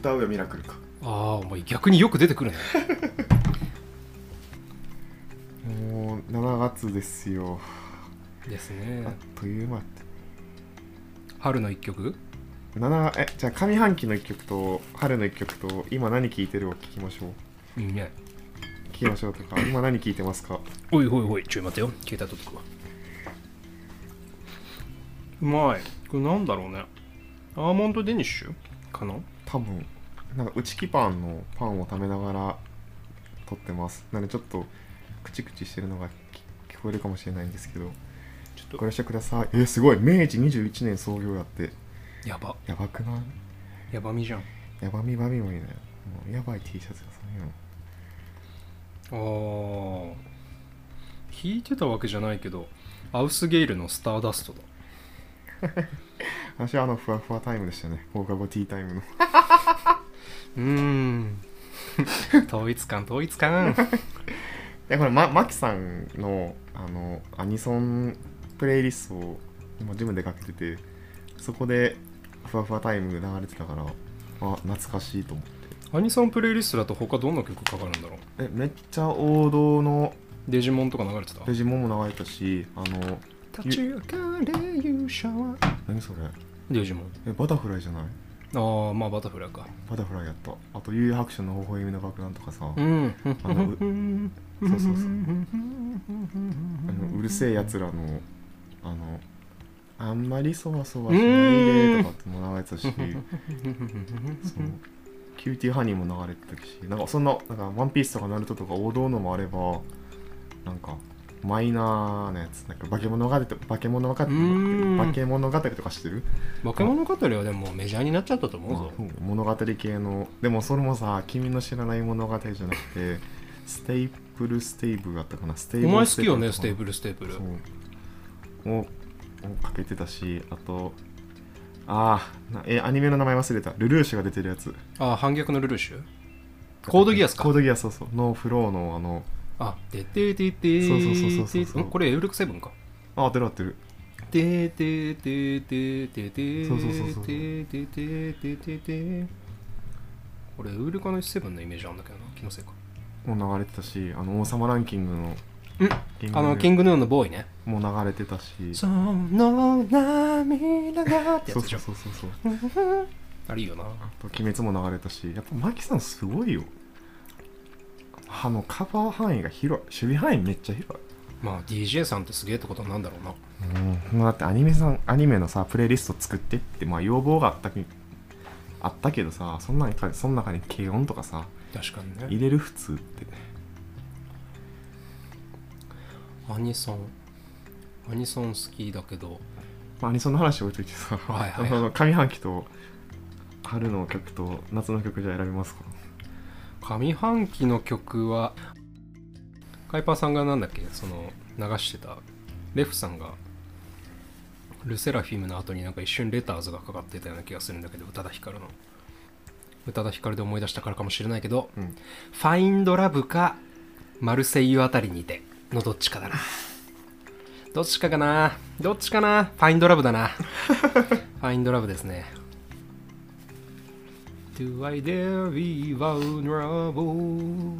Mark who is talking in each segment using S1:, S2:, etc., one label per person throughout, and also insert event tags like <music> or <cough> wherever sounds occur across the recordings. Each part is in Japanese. S1: と合うよミラクルか
S2: ああお前逆によく出てくるね
S1: もう7月ですよ
S2: です
S1: あっ
S2: ね
S1: という間っ
S2: 春の一曲
S1: て7えじゃあ上半期の1曲と春の1曲と今何聴いてるを聞きましょう
S2: いいね
S1: 聞きましょうとか今何聴いてますか
S2: おいおいおいちょい待てよ携帯取ってくわうまいこれなんだろうねアーモンドデニッシュかな
S1: 多分なんか内木パンのパンを食べながら撮ってますなのでちょっとクチクチしてるのが聞聞こえるかもしれないんですけど
S2: ちょっ
S1: ご
S2: と
S1: 了承くださいえーすごい明治21年創業やって
S2: やば
S1: やばくない
S2: やばみじゃん
S1: やばみばみもいいねもうやばい T シャツがそういうの
S2: あー弾いてたわけじゃないけどアウスゲイルの「スターダストだ」
S1: 私はあのふわふわタイムでしたね放課後ティータ <laughs> イムの
S2: うーん <laughs> 統一感統一 <laughs> 感
S1: でこれまマキさんのあのアニソンプレイリストを今ジムでかけててそこでふわふわタイム流れてたからあ懐かしいと思って
S2: アニソンプレイリストだと他どんな曲かかるんだろう
S1: えめっちゃ王道の
S2: デジモンとか流れてた
S1: デジモンも流れたしあの
S2: 立ち上がれ勇者は
S1: 何それ
S2: デジモン
S1: えバタフライじゃない
S2: ああまあバタフライか
S1: バタフライやったあと「幽遊白書の微笑みの爆弾」とかさ、
S2: うん
S1: あのうそうそうそうあのう
S2: う
S1: るせえやつらのあのあんまりそわそわしないでとかっても流れてたし <laughs> そのキューティーハニーも流れてたしなんかそんななんかワンピースとかナルトとか王道のもあればなんかマイナーなやつなんか化け物語と化け物語とか
S2: うん
S1: 化け物語とかしてる
S2: 化け物語はでもメジャーになっちゃったと思うぞ
S1: まあうん物語系のでもそれもさ君の知らない物語じゃなくてステイプルステイブルだったかなステイ
S2: お
S1: ブ
S2: 前
S1: ル
S2: 好きよねステープルステープル
S1: そうををかけてたしあとああえアニメの名前忘れたルルーシュが出てるやつ
S2: ああ反逆のルルシュコードギアス
S1: コー
S2: か
S1: ドギアスそうそうノーフローのあの
S2: あでててて
S1: そうそうそうそうそうそう
S2: これエウレクセブンか
S1: あ合ってる合ってる
S2: てててててて
S1: そうそうそうそう
S2: ててててててこれウルカの7のイメージあんだけどな気のせいか
S1: もう流れてたしあの王様ランキングの
S2: うん
S1: キ
S2: あのキ
S1: ン
S2: ングヌーのボーイね
S1: グもう流れてたし
S2: その涙がってや
S1: そう
S2: つじ
S1: そ
S2: ゃ
S1: うんそうそうそう
S2: あれいいよな
S1: あと鬼滅も流れたしやっぱマキさんすごいよあのカバー範囲が広い守備範囲めっちゃ広い
S2: まあ DJ さんってすげえってことなんだろうな
S1: うん、もうだってアニメさんアニメのさプレイリスト作ってって、まあ、要望があったけあったけどさそんなにかその中に軽音とかさ
S2: 確かにね
S1: 入れる普通って
S2: アニソンアニソン好きだけど
S1: まあ、アニソンの話置いといてさ、
S2: はいはい
S1: あの上半期と春の曲と夏の曲じゃ選びますか
S2: 上半期の曲はカイパーさんがなんだっけその流してたレフさんがルセラフィムの後になんか一瞬レターズがかかってたような気がするんだけど宇多田ヒカルの宇多田ヒカルで思い出したからかもしれないけど、
S1: うん
S2: ファインドラブかマルセイユあたりにてのどっちかだなどっちかかなどっちかなファインドラブだ <laughs> なファインドラブですね Do I dare be vulnerable?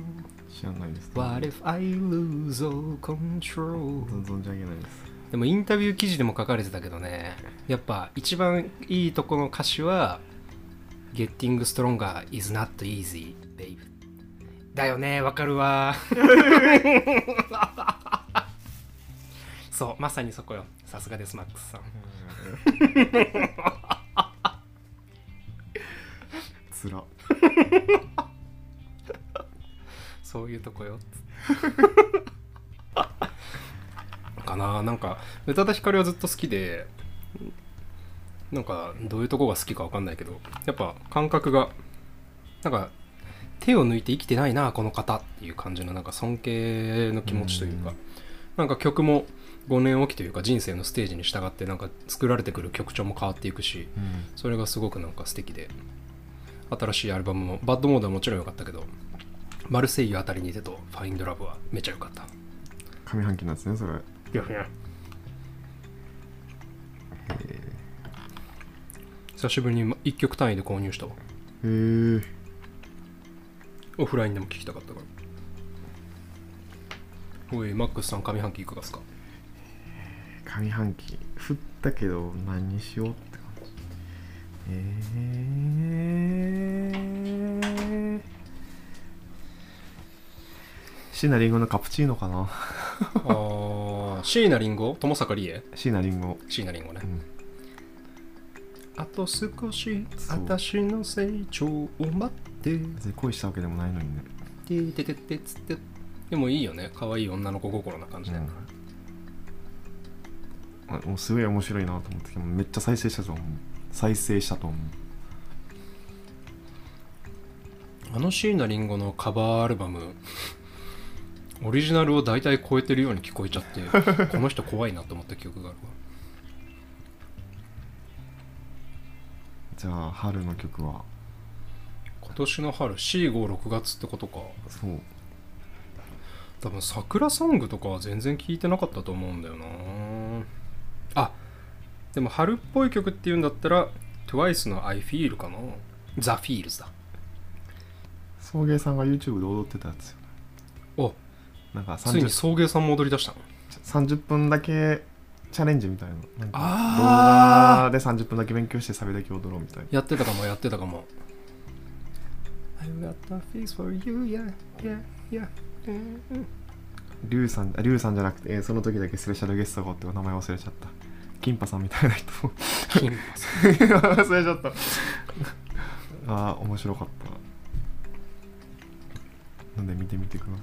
S1: 知らないです、
S2: What if I lose all control?
S1: 存存じ上げないです
S2: でもインタビュー記事でも書かれてたけどねやっぱ一番いいとこの歌詞は Getting stronger is not easy, babe だよねわかる <laughs> わそうまさにそこよさすがですマックスさん
S1: つら
S2: そういうとこよかななんか宇多田ヒカルはずっと好きでなんかどういうとこが好きかわかんないけどやっぱ感覚がなんか手を抜いて生きてないなこの方っていう感じのなんか尊敬の気持ちというか
S1: うん
S2: なんか曲も5年おきというか人生のステージに従ってなんか作られてくる曲調も変わっていくし
S1: うん
S2: それがすごくなんか素敵で新しいアルバムもバッドモードはもちろん良かったけどマルセイユあたりに出とファインドラブはめちゃ良かった
S1: 上半期なんですねそれ
S2: 久しぶりに1曲単位で購入したわ
S1: へえ
S2: オフラインでも聞きたかったからおいマックスさん上半期いかが
S1: <laughs>
S2: ですか
S1: 上半期振ったけど何にしようって感じええシナリンゴのカプチーノかな
S2: あ椎名林檎友坂理恵
S1: シナリンゴ
S2: 椎名林檎ね
S1: うん
S2: あと少し
S1: そう
S2: 私の成長を待って
S1: 別に恋したわけでもないのにね
S2: ててててつってでもいいよね可愛い女の子心な感じで、
S1: うんあもうすごい面白いなと思ってめっちゃ再生したと思う再生したと思う
S2: あの椎名林檎のカバーアルバムオリジナルを大体超えてるように聞こえちゃってこの人怖いなと思った記憶があるわ
S1: じゃあ春の曲は
S2: 今年の春456月ってことか
S1: そう
S2: 多分桜ソングとかは全然聞いてなかったと思うんだよなあでも春っぽい曲っていうんだったら TWICE の「I Feel」かな「The Feels」だ
S1: 送迎さんが YouTube で踊ってたやつよ
S2: お
S1: なんか
S2: ついに
S1: 30,
S2: 送迎さん戻り出したの
S1: 30分だけチャレンジみたいななんか動
S2: あ
S1: 画で30分だけ勉強してサビだけ踊ろうみたいな
S2: やってたかもやってたかも I've got a face for you yeah yeah yeah
S1: リュウさんあリュウさんじゃなくて、えーその時だけスペシャルゲストがおってお名前忘れちゃった金パさんみたいな人
S2: 金馬さん
S1: 忘れちゃったあー面白かったなんで見てみてくださ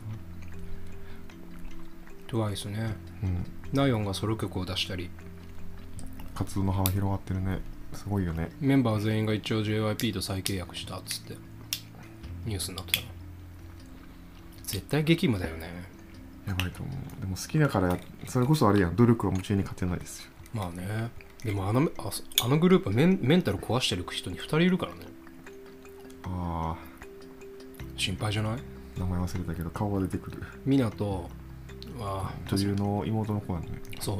S2: TWICE ね
S1: いうん
S2: ナヨンがソロ曲を出したり
S1: 活動の幅広がってるねすごいよね
S2: メンバー全員が一応 JYP と再契約したっつってニュースになってたの絶対激務だよね
S1: やばいと思うでも好きだからやそれこそあれやん努力は夢中に勝てないですよ
S2: まあねでもあのああのグループはメンメンタル壊してる人に2人いるからね
S1: あ
S2: 心配じゃない
S1: あ名前忘れたけど顔が出てくる
S2: ミナとは
S1: 女優の妹の子なんね
S2: そう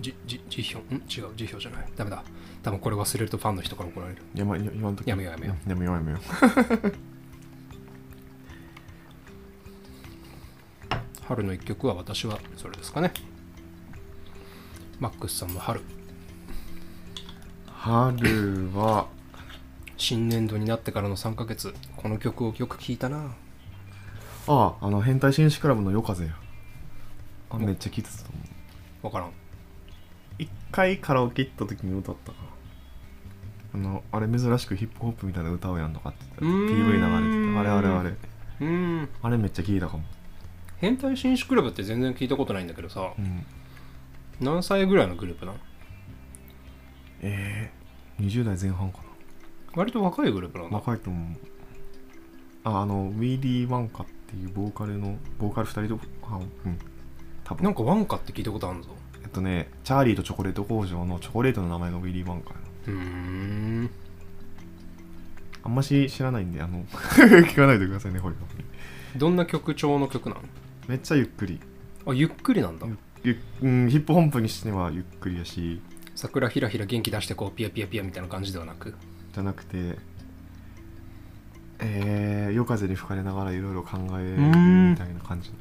S2: じじジヒョンん違うジヒョンじゃないダメだ多分これ忘れるとファンの人から怒られる
S1: やま言わんとき
S2: やめようやめよ
S1: うやめようやめよ
S2: 春の一曲は私はそれですかねマックスさんの春
S1: う春は
S2: 新年度になってからの3ヶ月この曲をよく聴いたな
S1: あああの変態紳士クラブの夜風やあめっちゃ聴いてたと思う
S2: 分からん
S1: 一回カラオケ行った時に歌ったかなあのあれ珍しくヒップホップみたいな歌をやんのかって言ったら
S2: うーん
S1: PV 流れてたあれあれあれ
S2: うん
S1: あれめっちゃ聴いたかも
S2: 変態紳士クラブって全然聞いたことないんだけどさ
S1: うん
S2: 何歳ぐらいのグループなの
S1: ええ20代前半か
S2: 割と若いグループな
S1: な
S2: の
S1: 若いと思うああのウィーディー・ワンカっていうボーカルのボーカル2人とあうん多分
S2: なんかワンカって聞いたことあるぞ
S1: えっとねチャーリーとチョコレート工場のチョコレートの名前がウィーディー・ワンカやな
S2: うーん
S1: あんまし知らないんであの <laughs> 聞かないでくださいねほいほい
S2: どんな曲調の曲な
S1: めっちゃゆっくり
S2: のあゆっくりなんだ
S1: ゆゆうん、ヒップホップにしてはゆっくりやし
S2: 桜ひらひら元気出してこうピヤピヤピヤみたいな感じではなく
S1: じゃなくてえー、夜風に吹かれながらいろいろ考えるみたいな感じ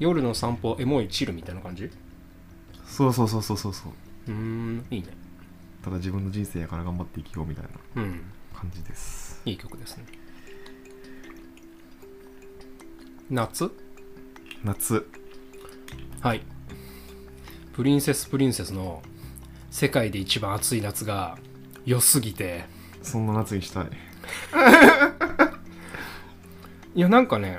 S2: 夜の散歩エモいチルみたいな感じう
S1: そうそうそうそうそうそう
S2: ーんいいね
S1: ただ自分の人生やから頑張っていきようみたいな
S2: うん
S1: 感じです
S2: いい曲ですね夏
S1: 夏
S2: はいプリンセスプリンセスの世界で一番暑い夏が良すぎて
S1: そんな夏にしたい
S2: いやなんかね、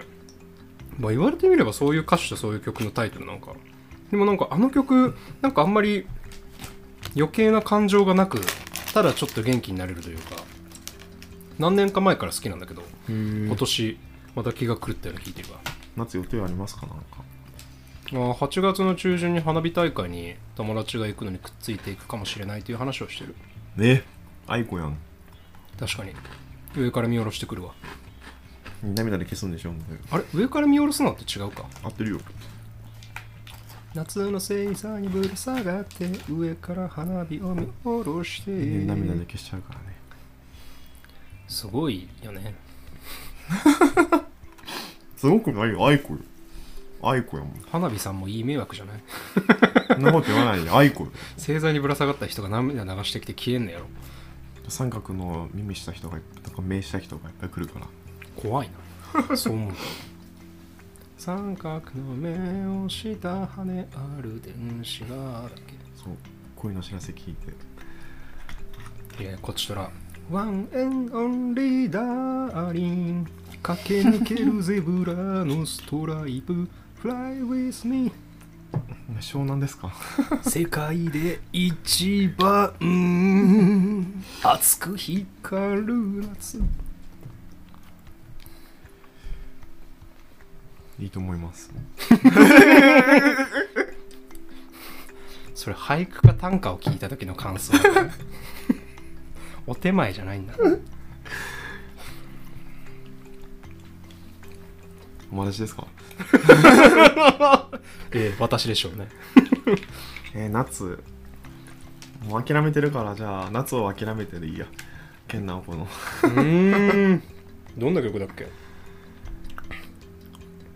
S2: まあ、言われてみればそういう歌手とそういう曲のタイトルなんかでもなんかあの曲なんかあんまり余計な感情がなくただちょっと元気になれるというか何年か前から好きなんだけど今年また気が狂ったように聴いてるわ
S1: 夏予定ありますかなんか
S2: あー8月の中旬に花火大会に友達が行くのにくっついていくかもしれないという話をしてる
S1: ね愛子やん
S2: 確かに上から見下ろしてくるわ
S1: 涙で消すんでしょもう
S2: あれ上から見下ろすのって違うか
S1: 合ってるよ
S2: 夏の星座にぶら下がって上から花火を見下ろして
S1: 涙で消しちゃうからね
S2: すごいよね
S1: すごくないよ、アイコよ。アイコやもん。
S2: 花火さんもいい迷惑じゃない
S1: そんなこと言わないで、アイコよ。
S2: 星座にぶら下がった人が涙流してきて消えんのやろ
S1: 三角の耳した人が、とか目した人がいっぱい来るから。
S2: 怖い <laughs> なそう思う三角の目をした羽ある電子がだっ
S1: そう、恋の知らせ聞いて。
S2: けいやこっちとらワンエンオンリーダーリン駆け抜けるゼブラのストライプ Fly with me
S1: お前湘南ですか
S2: 世界で一番熱く光る夏
S1: いいと思います。
S2: それ俳句か短歌を聞いた時の感想だねお手前じゃないんだ
S1: お友達ですか
S2: ええ私でしょうね
S1: えー、夏。もう諦めてるから、じゃあ、夏を諦めてでいいや。健直子の。
S2: うんどんな曲だっけ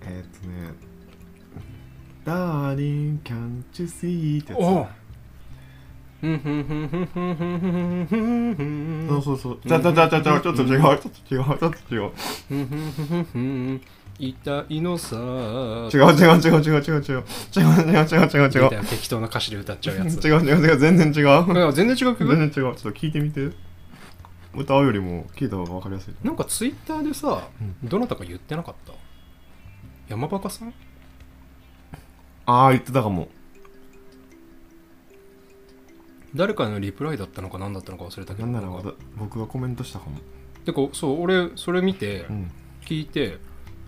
S1: えーっとね。ダーリン、can't you see? ってやつ。
S2: おふんふんふんふんふんふんふんふんふん
S1: そうそうそう。じゃあ、じゃあ、じゃあ、じゃあ、ちょっと違う、ちょっと違う、ちょっと違う。
S2: ふんふんふんふんふん痛いのさ
S1: 違う違う違う違う違う違う違う違う違う違う違う違う違う違う違う違
S2: う適当な歌詞で歌っちゃうやつ
S1: う全然違う
S2: いや全
S1: 全
S2: 然違う曲
S1: 然違うちょっと聞いてみて歌うよりも聞いた方が分かりやすい
S2: なんかツイッターでさ、どなたか言ってなかった山バカさん
S1: ああ言ってたかも
S2: 誰かのリプライだったのか何だったのか忘れたけ
S1: な
S2: ど
S1: んならわた僕がコメントしたかも
S2: でこうそう俺それ見て
S1: うん
S2: 聞いて、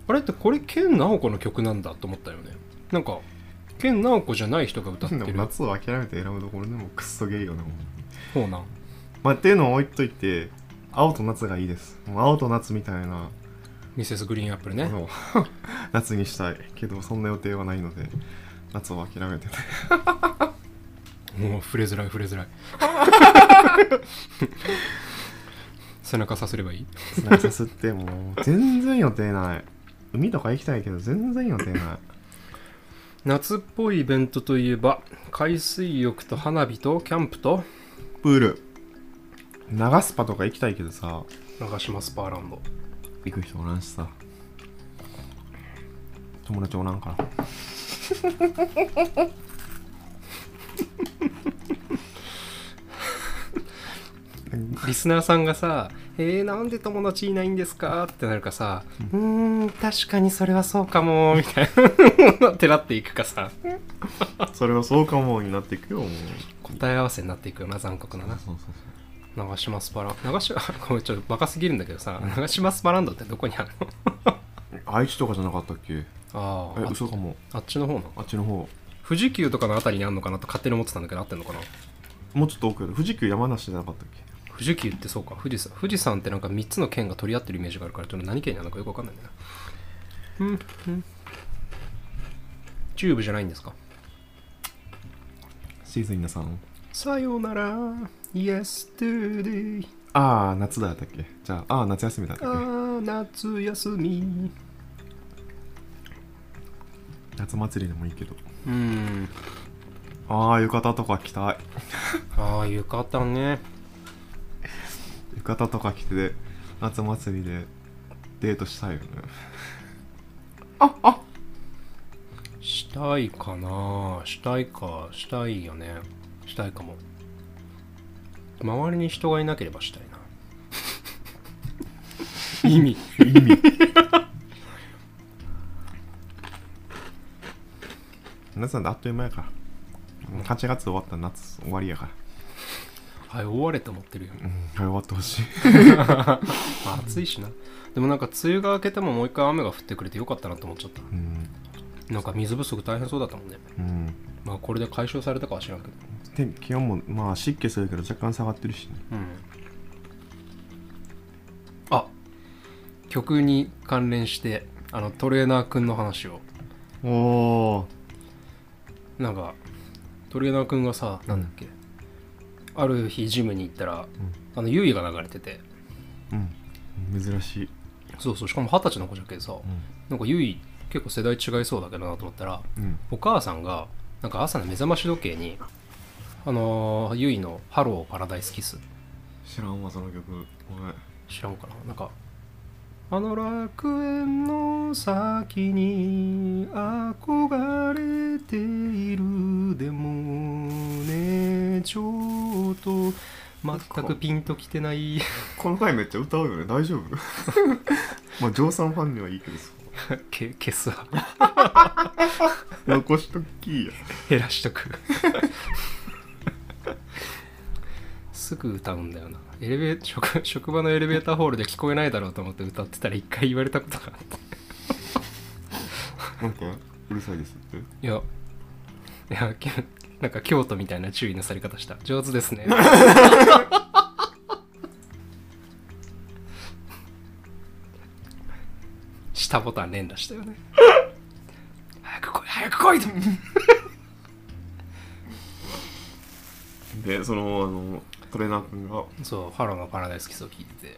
S2: あれってこれ健直子の曲なんだと思ったよねなんか健直子じゃない人が歌って
S1: でも
S2: る
S1: 夏を諦めて選ぶところでもクッソゲイよね
S2: 方なん
S1: まあっていうのを置いといて青と夏がいいですもう青と夏みたいな
S2: ミセスグリーンアップルね、
S1: もう <laughs> 夏にしたいけどそんな予定はないので夏を諦めてね
S2: もう触れづらい触れづらい背中させればいい
S1: なんかさ <laughs> すってもう全然予定ない海とか行きたいけど全然予定ない
S2: 夏っぽいイベントといえば海水浴と花火とキャンプと
S1: プール長スパとか行きたいけどさ
S2: 長島スパーランド
S1: 行く人おらんしさ友達おらんから
S2: リスナーさんがさ「えー、なんで友達いないんですか?」ってなるかさ「うーん確かにそれはそうかも」みたいな <laughs> てらっていくかさ
S1: <laughs> それはそうかもになっていくよもう
S2: 答え合わせになっていくよな残酷なな
S1: そうそうそう
S2: 長島スパラ長島 <laughs> これちょっとバカすぎるんだけどさ長島スパランドってどこにあるの
S1: 愛知とかじゃなかったっけえ
S2: あーあ
S1: 嘘かも
S2: あっちの方なの
S1: あっちの方
S2: 富士急とかのあたりにあんのかなと勝手に思ってたんだけどあってんのかな
S1: もうちょっと奥やで富士急山梨じゃなかったっけ
S2: 富士急ってそうか富士山富士山ってなんか3つの県が取り合ってるイメージがあるからちょっと何県なのかよくわかんないんだよなうんうんチューブじゃないんですか
S1: シーズンなさん
S2: さよなら Yesterday
S1: ああ夏だやったっけじゃあああ夏休みだったっ
S2: ああ夏休み
S1: け夏祭りでもいいけど
S2: うん
S1: ああ浴衣とか着たい
S2: ああ浴衣ね
S1: 浴衣とか着て夏祭りでデートしたいよね
S2: したいかなしたいかしたいよねしたいかも周りに人がいなければしたいな意味
S1: 意味夏なんてあっという間やからもう8月終わったら夏終わりやから、
S2: はい終われと思ってるよ
S1: うん、早終わってほしい
S2: まあ暑いしなでもなんか梅雨が明けてももう一回雨が降ってくれてよかったなと思っちゃった
S1: うん、
S2: なんか水不足大変そうだったもんね
S1: うん、
S2: まあこれで解消されたかは知らんけど
S1: で気温もまあ湿気するけど若干下がってるし、ね、
S2: うんあ曲に関連してあのトレーナーくんの話を
S1: おお
S2: なんかトレーナーくんがさなんだっけ、ある日ジムに行ったら、あのユイが流れてて
S1: うん珍しい、
S2: そうそうしかも二十歳の子じゃけさなんかゆい結構世代違いそうだけどなと思ったら
S1: うんうん、
S2: お母さんがなんか朝の目覚まし時計にあのー、ゆいの「ハローパラダイスキス
S1: 知らんわその曲ごめん」
S2: 知らんかななんか「あの楽園の先に憧れているでもねちょっと全くピンときてない」
S1: この回めっちゃ歌うよね大丈夫 <laughs> まあジョーさんファンにはいいけどさ
S2: け消すわ
S1: 残しときや
S2: 減らしとく <laughs> すぐ歌うんだよなエレベー職職場のエレベーターホールで聞こえないだろうと思って歌ってたら一回言われたことがあって
S1: なんかうるさいですって
S2: いやいやきなんか京都みたいな注意のされ方した上手 <laughs> ですね下ボタン連打したよね早く来い早く来いと
S1: でそのあのトレーナー君が
S2: そう、ハローのパラダイスキスを聴いてて。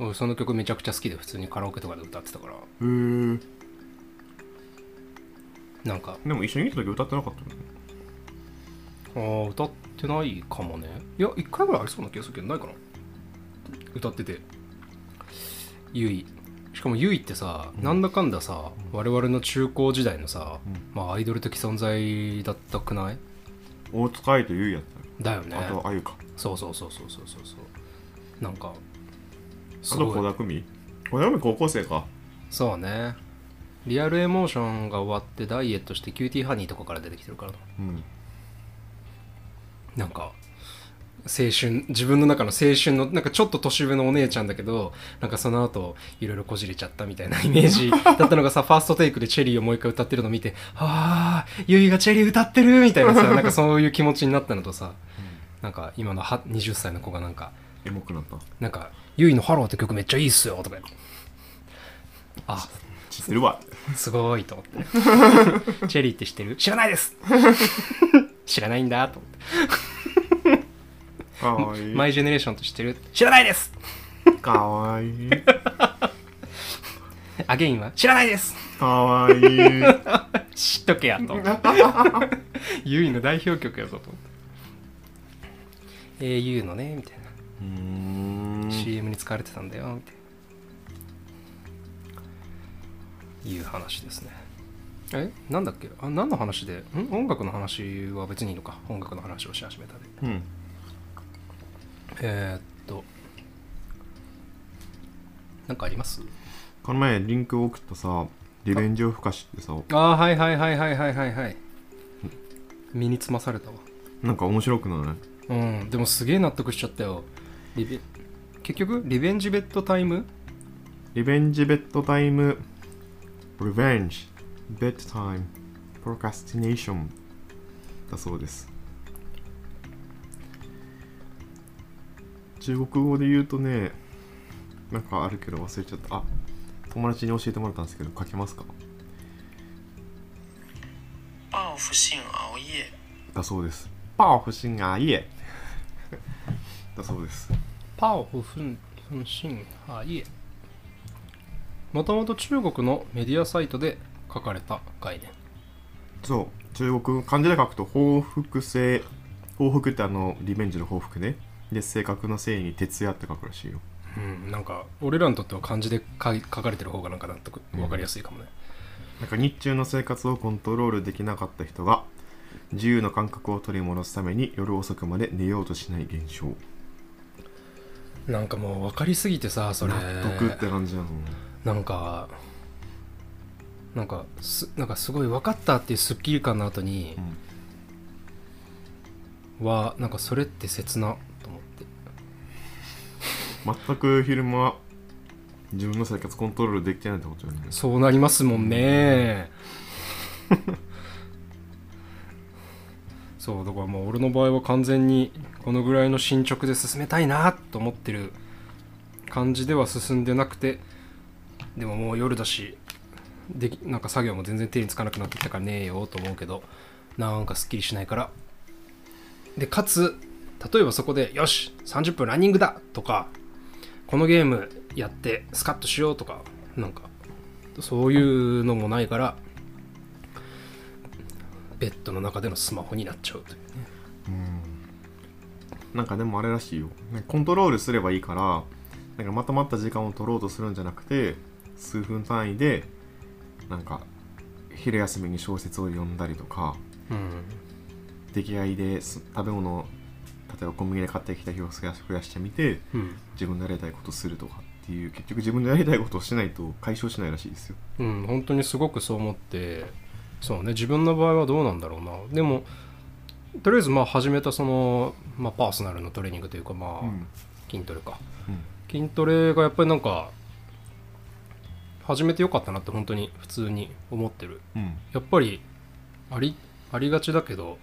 S2: 俺、その曲めちゃくちゃ好きで、普通にカラオケとかで歌ってたから、
S1: へー
S2: なんか、
S1: でも一緒にいた時歌ってなかったよね
S2: ああ、歌ってないかもね。いや、一回ぐらいありそうな気がするけど、ないかな。歌ってて。ゆい。しかもゆいってさ、なんだかんださ、我々の中高時代のさ、
S1: うん
S2: まあ、アイドル的存在だったくない
S1: 大塚愛とゆうやったよ
S2: だよね。
S1: あとあゆか
S2: そうそうそうそうそうそうそう。なんか、
S1: あと小田久美小田久美高校生か
S2: そうねリアルエモーションが終わってダイエットしてキューティーハニーとかから出てきてるからな
S1: うん
S2: なんか青春自分の中の青春のなんかちょっと年上のお姉ちゃんだけどなんかその後いろいろこじれちゃったみたいなイメージだったのがさファーストテイクでチェリーをもう一回歌ってるの見てああゆいがチェリー歌ってるみたいなさなんかそういう気持ちになったのとさなんか今のは20歳の子がなんか
S1: エモくなった
S2: なんか「ゆいのハローって曲めっちゃいいっすよ」とか言ってあ
S1: 知ってる <laughs> わ
S2: すごいと思って。チェリーって知ってる知らないです知らないんだと思っ
S1: かわい
S2: て。
S1: い
S2: マイジェネレーションと知ってる知らないです
S1: かわいい
S2: アゲインは知らないです
S1: かわいい
S2: 知っとけやと。ユイの代表曲やぞと思って。au のね、みたいな。
S1: <laughs> うーん
S2: CM に使われてたんだよ、みたいな。いう話ですね。えなんだっけあ何の話でん音楽の話は別にいいのか音楽の話をし始めたで。
S1: うん
S2: えー、っと、なんかあります
S1: この前リンク送ったさ「リベンジをふかし」ってさ
S2: ああ、はいはいはいはいはいはいはい。身につまされたわ。
S1: なんか面白くない
S2: うん、でもすげえ納得しちゃったよ。リベ結局、リベンジベッドタイム
S1: リベンジベッドタイム、リベンジ、ベッドタイム、プロカスティネーションだそうです。中国語で言うとね、なんかあるけど忘れちゃった。あ、友達に教えてもらったんですけど、書けますか
S3: 报复性熬夜、
S1: だそうです。パオフシンガイエ <laughs> だそうです。
S2: パオフフンフンシンハイエ。もともと中国のメディアサイトで書かれた概念。
S1: そう中国漢字で書くと報復性報復ってあのリベンジの報復ねで性格の性に徹夜って書くらしいよ
S2: うん、なんか、俺らにとっては漢字で書い書かれてる方がなんか納得わかりやすいかもね。
S1: なんか日中の生活をコントロールできなかった人が自由の感覚を取り戻すために夜遅くまで寝ようとしない現象
S2: なんかもう分かりすぎてさ、それ。
S1: 納得って感じなの、
S2: なんかなんかすなんかすごい分かったっていうスッキリ感の後に
S1: う、ん
S2: はなんかそれって切なと思って
S1: 全く昼間自分の生活コントロールできてないってことよね
S2: そうなりますもんね <laughs> そうだからもう俺の場合は完全にこのぐらいの進捗で進めたいなと思ってる感じでは進んでなくてでももう夜だしできなんか作業も全然手につかなくなってきたからねえよと思うけどなんかすっきりしないからでかつ例えばそこで「よし30分ランニングだ!」とかこのゲームやってスカッとしようとかなんかそういうのもないからベッドの中でのスマホになっちゃうというね
S1: うんなんかでもあれらしいよなんかコントロールすればいいからなんかまとまった時間を取ろうとするんじゃなくて数分単位でなんか昼休みに小説を読んだりとか出来合いです食べ物を例えばコンビニで買ってきた日を増やし増やしてみて
S2: うん
S1: 自分のやりたいことするとかっていう結局自分のやりたいことをしないと解消しないらしいですよ
S2: うん、本当にすごくそう思ってそうね自分の場合はどうなんだろうなでもとりあえずまあ始めたその、まあ、パーソナルのトレーニングというかまあ、筋トレか筋トレがやっぱりなんか始めてよかったなって本当に普通に思ってる
S1: うん
S2: やっぱりありありがちだけど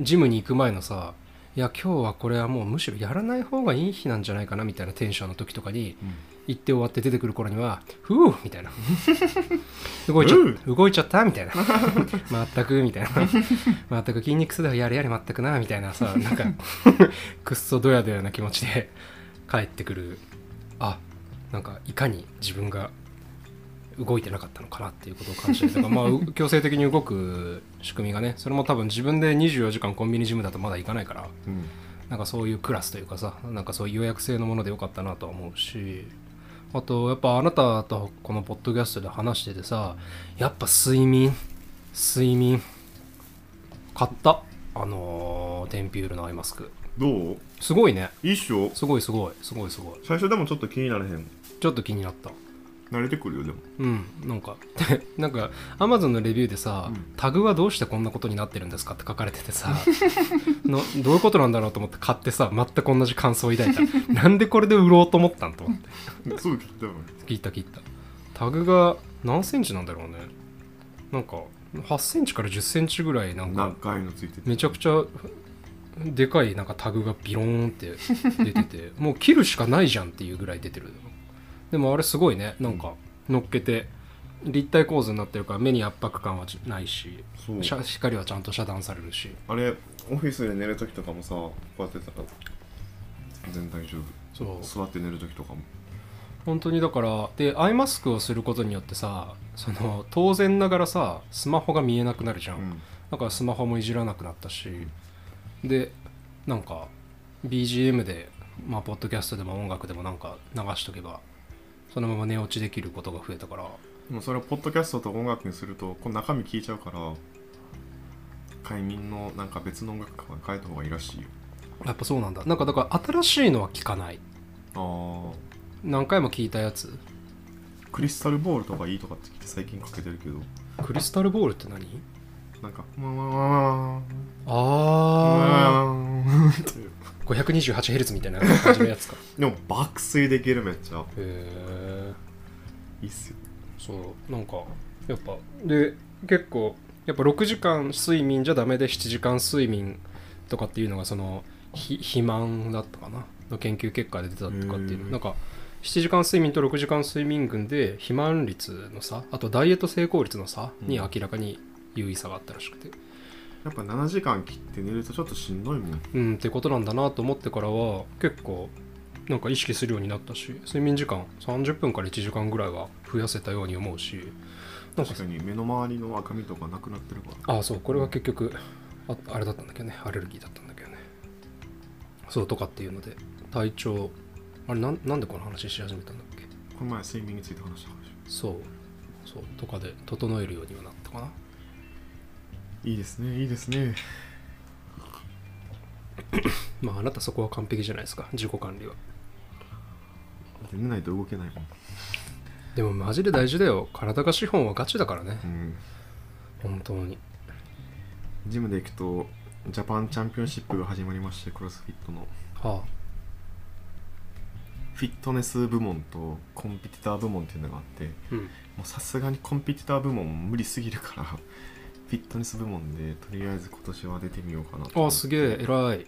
S2: ジムに行く前のさいや今日はこれはもうむしろやらない方がいい日なんじゃないかなみたいなテンションの時とかに
S1: うん
S2: 行って終わって出てくる頃には「ふう!」みたいな <laughs> 動いちゃった動いちゃったみたいな全くみたいな全く筋肉痛だよやれやれ全くなみたいなさなんか <laughs> くっそドヤドヤな気持ちで帰ってくるあなんかいかに自分が動いてなかったのかなっていうことを感じたりとかまあう強制的に動く仕組みがねそれも多分自分で24時間コンビニジムだとまだ行かないから
S1: うん
S2: なんかそういうクラスというかさなんかそういう予約制のものでよかったなとは思うしあとやっぱあなたとこのポッドキャストで話しててさやっぱ睡眠睡眠買ったあのーテンピュールのアイマスク
S1: どう
S2: すごいね
S1: いいっしょ
S2: すごいすごいすごいすごい
S1: 最初でもちょっと気になれへん
S2: ちょっと気になった
S1: 慣れてくるよでも
S2: うんなんか <laughs> なんかアマゾンのレビューでさ、
S1: うん
S2: タグはどうしてこんなことになってるんですかって書かれててさ <laughs> のどういうことなんだろうと思って買ってさ全く同じ感想を抱いた
S1: <laughs>
S2: なんでこれで売ろうと思ったんと思って
S1: すぐ聞いたのに
S2: 聞いた聞いたタグが何センチなんだろうねなんか8センチから10センチぐらいなんか
S1: 長いのついてて
S2: めちゃくちゃでかいなんかタグがビローンって出てて <laughs> もう切るしかないじゃんっていうぐらい出てるでもあれすごいねなんか乗っけて立体構図になってるから目に圧迫感はちないし
S1: そう
S2: しゃ光はちゃんと遮断されるし
S1: あれオフィスで寝るときとかもさこうやってたら全然大丈
S2: そう
S1: 夫座って寝るときとかも
S2: 本当にだからでアイマスクをすることによってさその当然ながらさスマホが見えなくなるじゃん、
S1: うん
S2: だからスマホもいじらなくなったしでなんか BGM でまあポッドキャストでも音楽でもなんか流しとけばそのまま寝落ちできることが増えたから
S1: でもそれをポッドキャストと音楽にするとこの中身聞いちゃうから快眠のなんか別の音楽か変えた方がいいらしいよ
S2: やっぱそうなんだなんかだから新しいのは聞かない
S1: あ
S2: 何回も聞いたやつ
S1: ークリスタルボールとかいいとかって聞いて最近かけてるけど
S2: クリスタルボールって何
S1: なんかわわわわ
S2: ああ
S1: わーっていう
S2: 528Hz みたいな感じのやつか
S1: でも爆睡できるめっちゃ
S2: <laughs> へえ
S1: いいっすよ
S2: そうなんかやっぱで結構やっぱ6時間睡眠じゃダメで7時間睡眠とかっていうのがそのひ肥満だったかなの研究結果で出たとかっていう
S1: へー
S2: なんか7時間睡眠と6時間睡眠群で肥満率の差あとダイエット成功率の差に明らかに優位差があったらしくて
S1: やっぱ7時間切って寝るとちょっとしんどいもん
S2: うんってことなんだなと思ってからは結構なんか意識するようになったし睡眠時間30分から1時間ぐらいは増やせたように思うしなんか
S1: 確かに目の周りの赤みとかなくなってるから
S2: ああそうこれは結局ああれだったんだけどねアレルギーだったんだけどねそうとかっていうので体調あれなんなんでこの話し始めたんだっけ
S1: この前睡眠について話したからでし
S2: そうそうとかで整えるようにはなったかな
S1: ょいいですねいいですね
S2: まああなたそこは完璧じゃないですか自己管理は
S1: だって寝ないと動けないもん
S2: でもマジで大事だよ体が資本はガチだからね
S1: うん
S2: 本当に
S1: ジムで行くとジャパンチャンピオンシップが始まりましてクロスフィットの
S2: は
S1: フィットネス部門とコンピティター部門っていうのがあっても
S2: あうん
S1: うさすがにコンピティター部門無理すぎるからフィットネス部門でとりあえず今年は出てみようかな
S2: ああすげえ偉い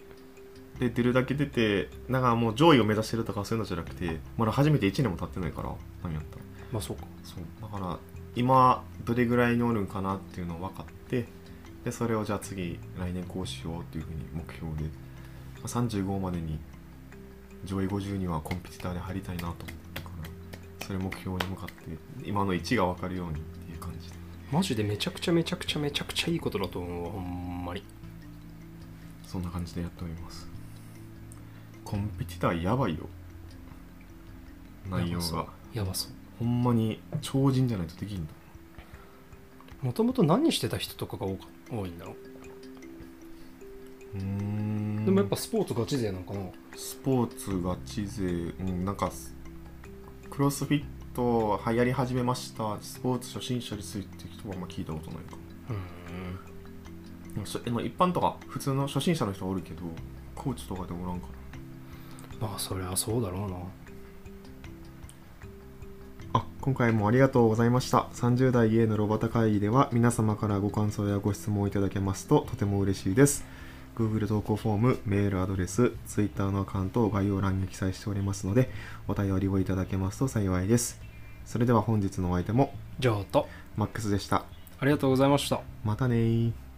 S1: えで出るだけ出てなんかもう上位を目指してるとかそういうのじゃなくてまだ初めて1年も経ってないから何やったら
S2: まあそうか
S1: そうだから今どれぐらいにおるんかなっていうのを分かってでそれをじゃあ次来年こうしようっていうふうに目標でまあ35までに上位50にはコンピューターに入りたいなと思ったからそれ目標に向かって今の1が分かるようにっていう感じで
S2: マジでめちゃくちゃめちゃくちゃめちゃくちゃいいことだと思うわほんまに
S1: そんな感じでやっておりますコンピューターやばいよ内容が
S2: やばそう
S1: ほんまに超人じゃないとできんの
S2: もともと何してた人とかが多か多いんだろう、
S1: うーん
S2: でもやっぱスポーツガチ勢なんかな
S1: スポーツガチ勢、うん、なんかすクロスフィット流行り始めましたスポーツ初心者ですって人はあんま聞いたことないかも
S2: うん
S1: でもしでも一般とか普通の初心者の人はおるけどコーチとかでもおらんから
S2: まあそりゃそうだろうな
S1: あ今回もありがとうございました30代 A のロバタ会議では皆様からご感想やご質問をいただけますととても嬉しいです Google 投稿フォーム、メールアドレス、Twitter のアカウントを概要欄に記載しておりますのでお便りをいただけますと幸いですそれでは本日のお相手も
S2: じゃあと
S1: マックスでした
S2: ありがとうございました
S1: またねー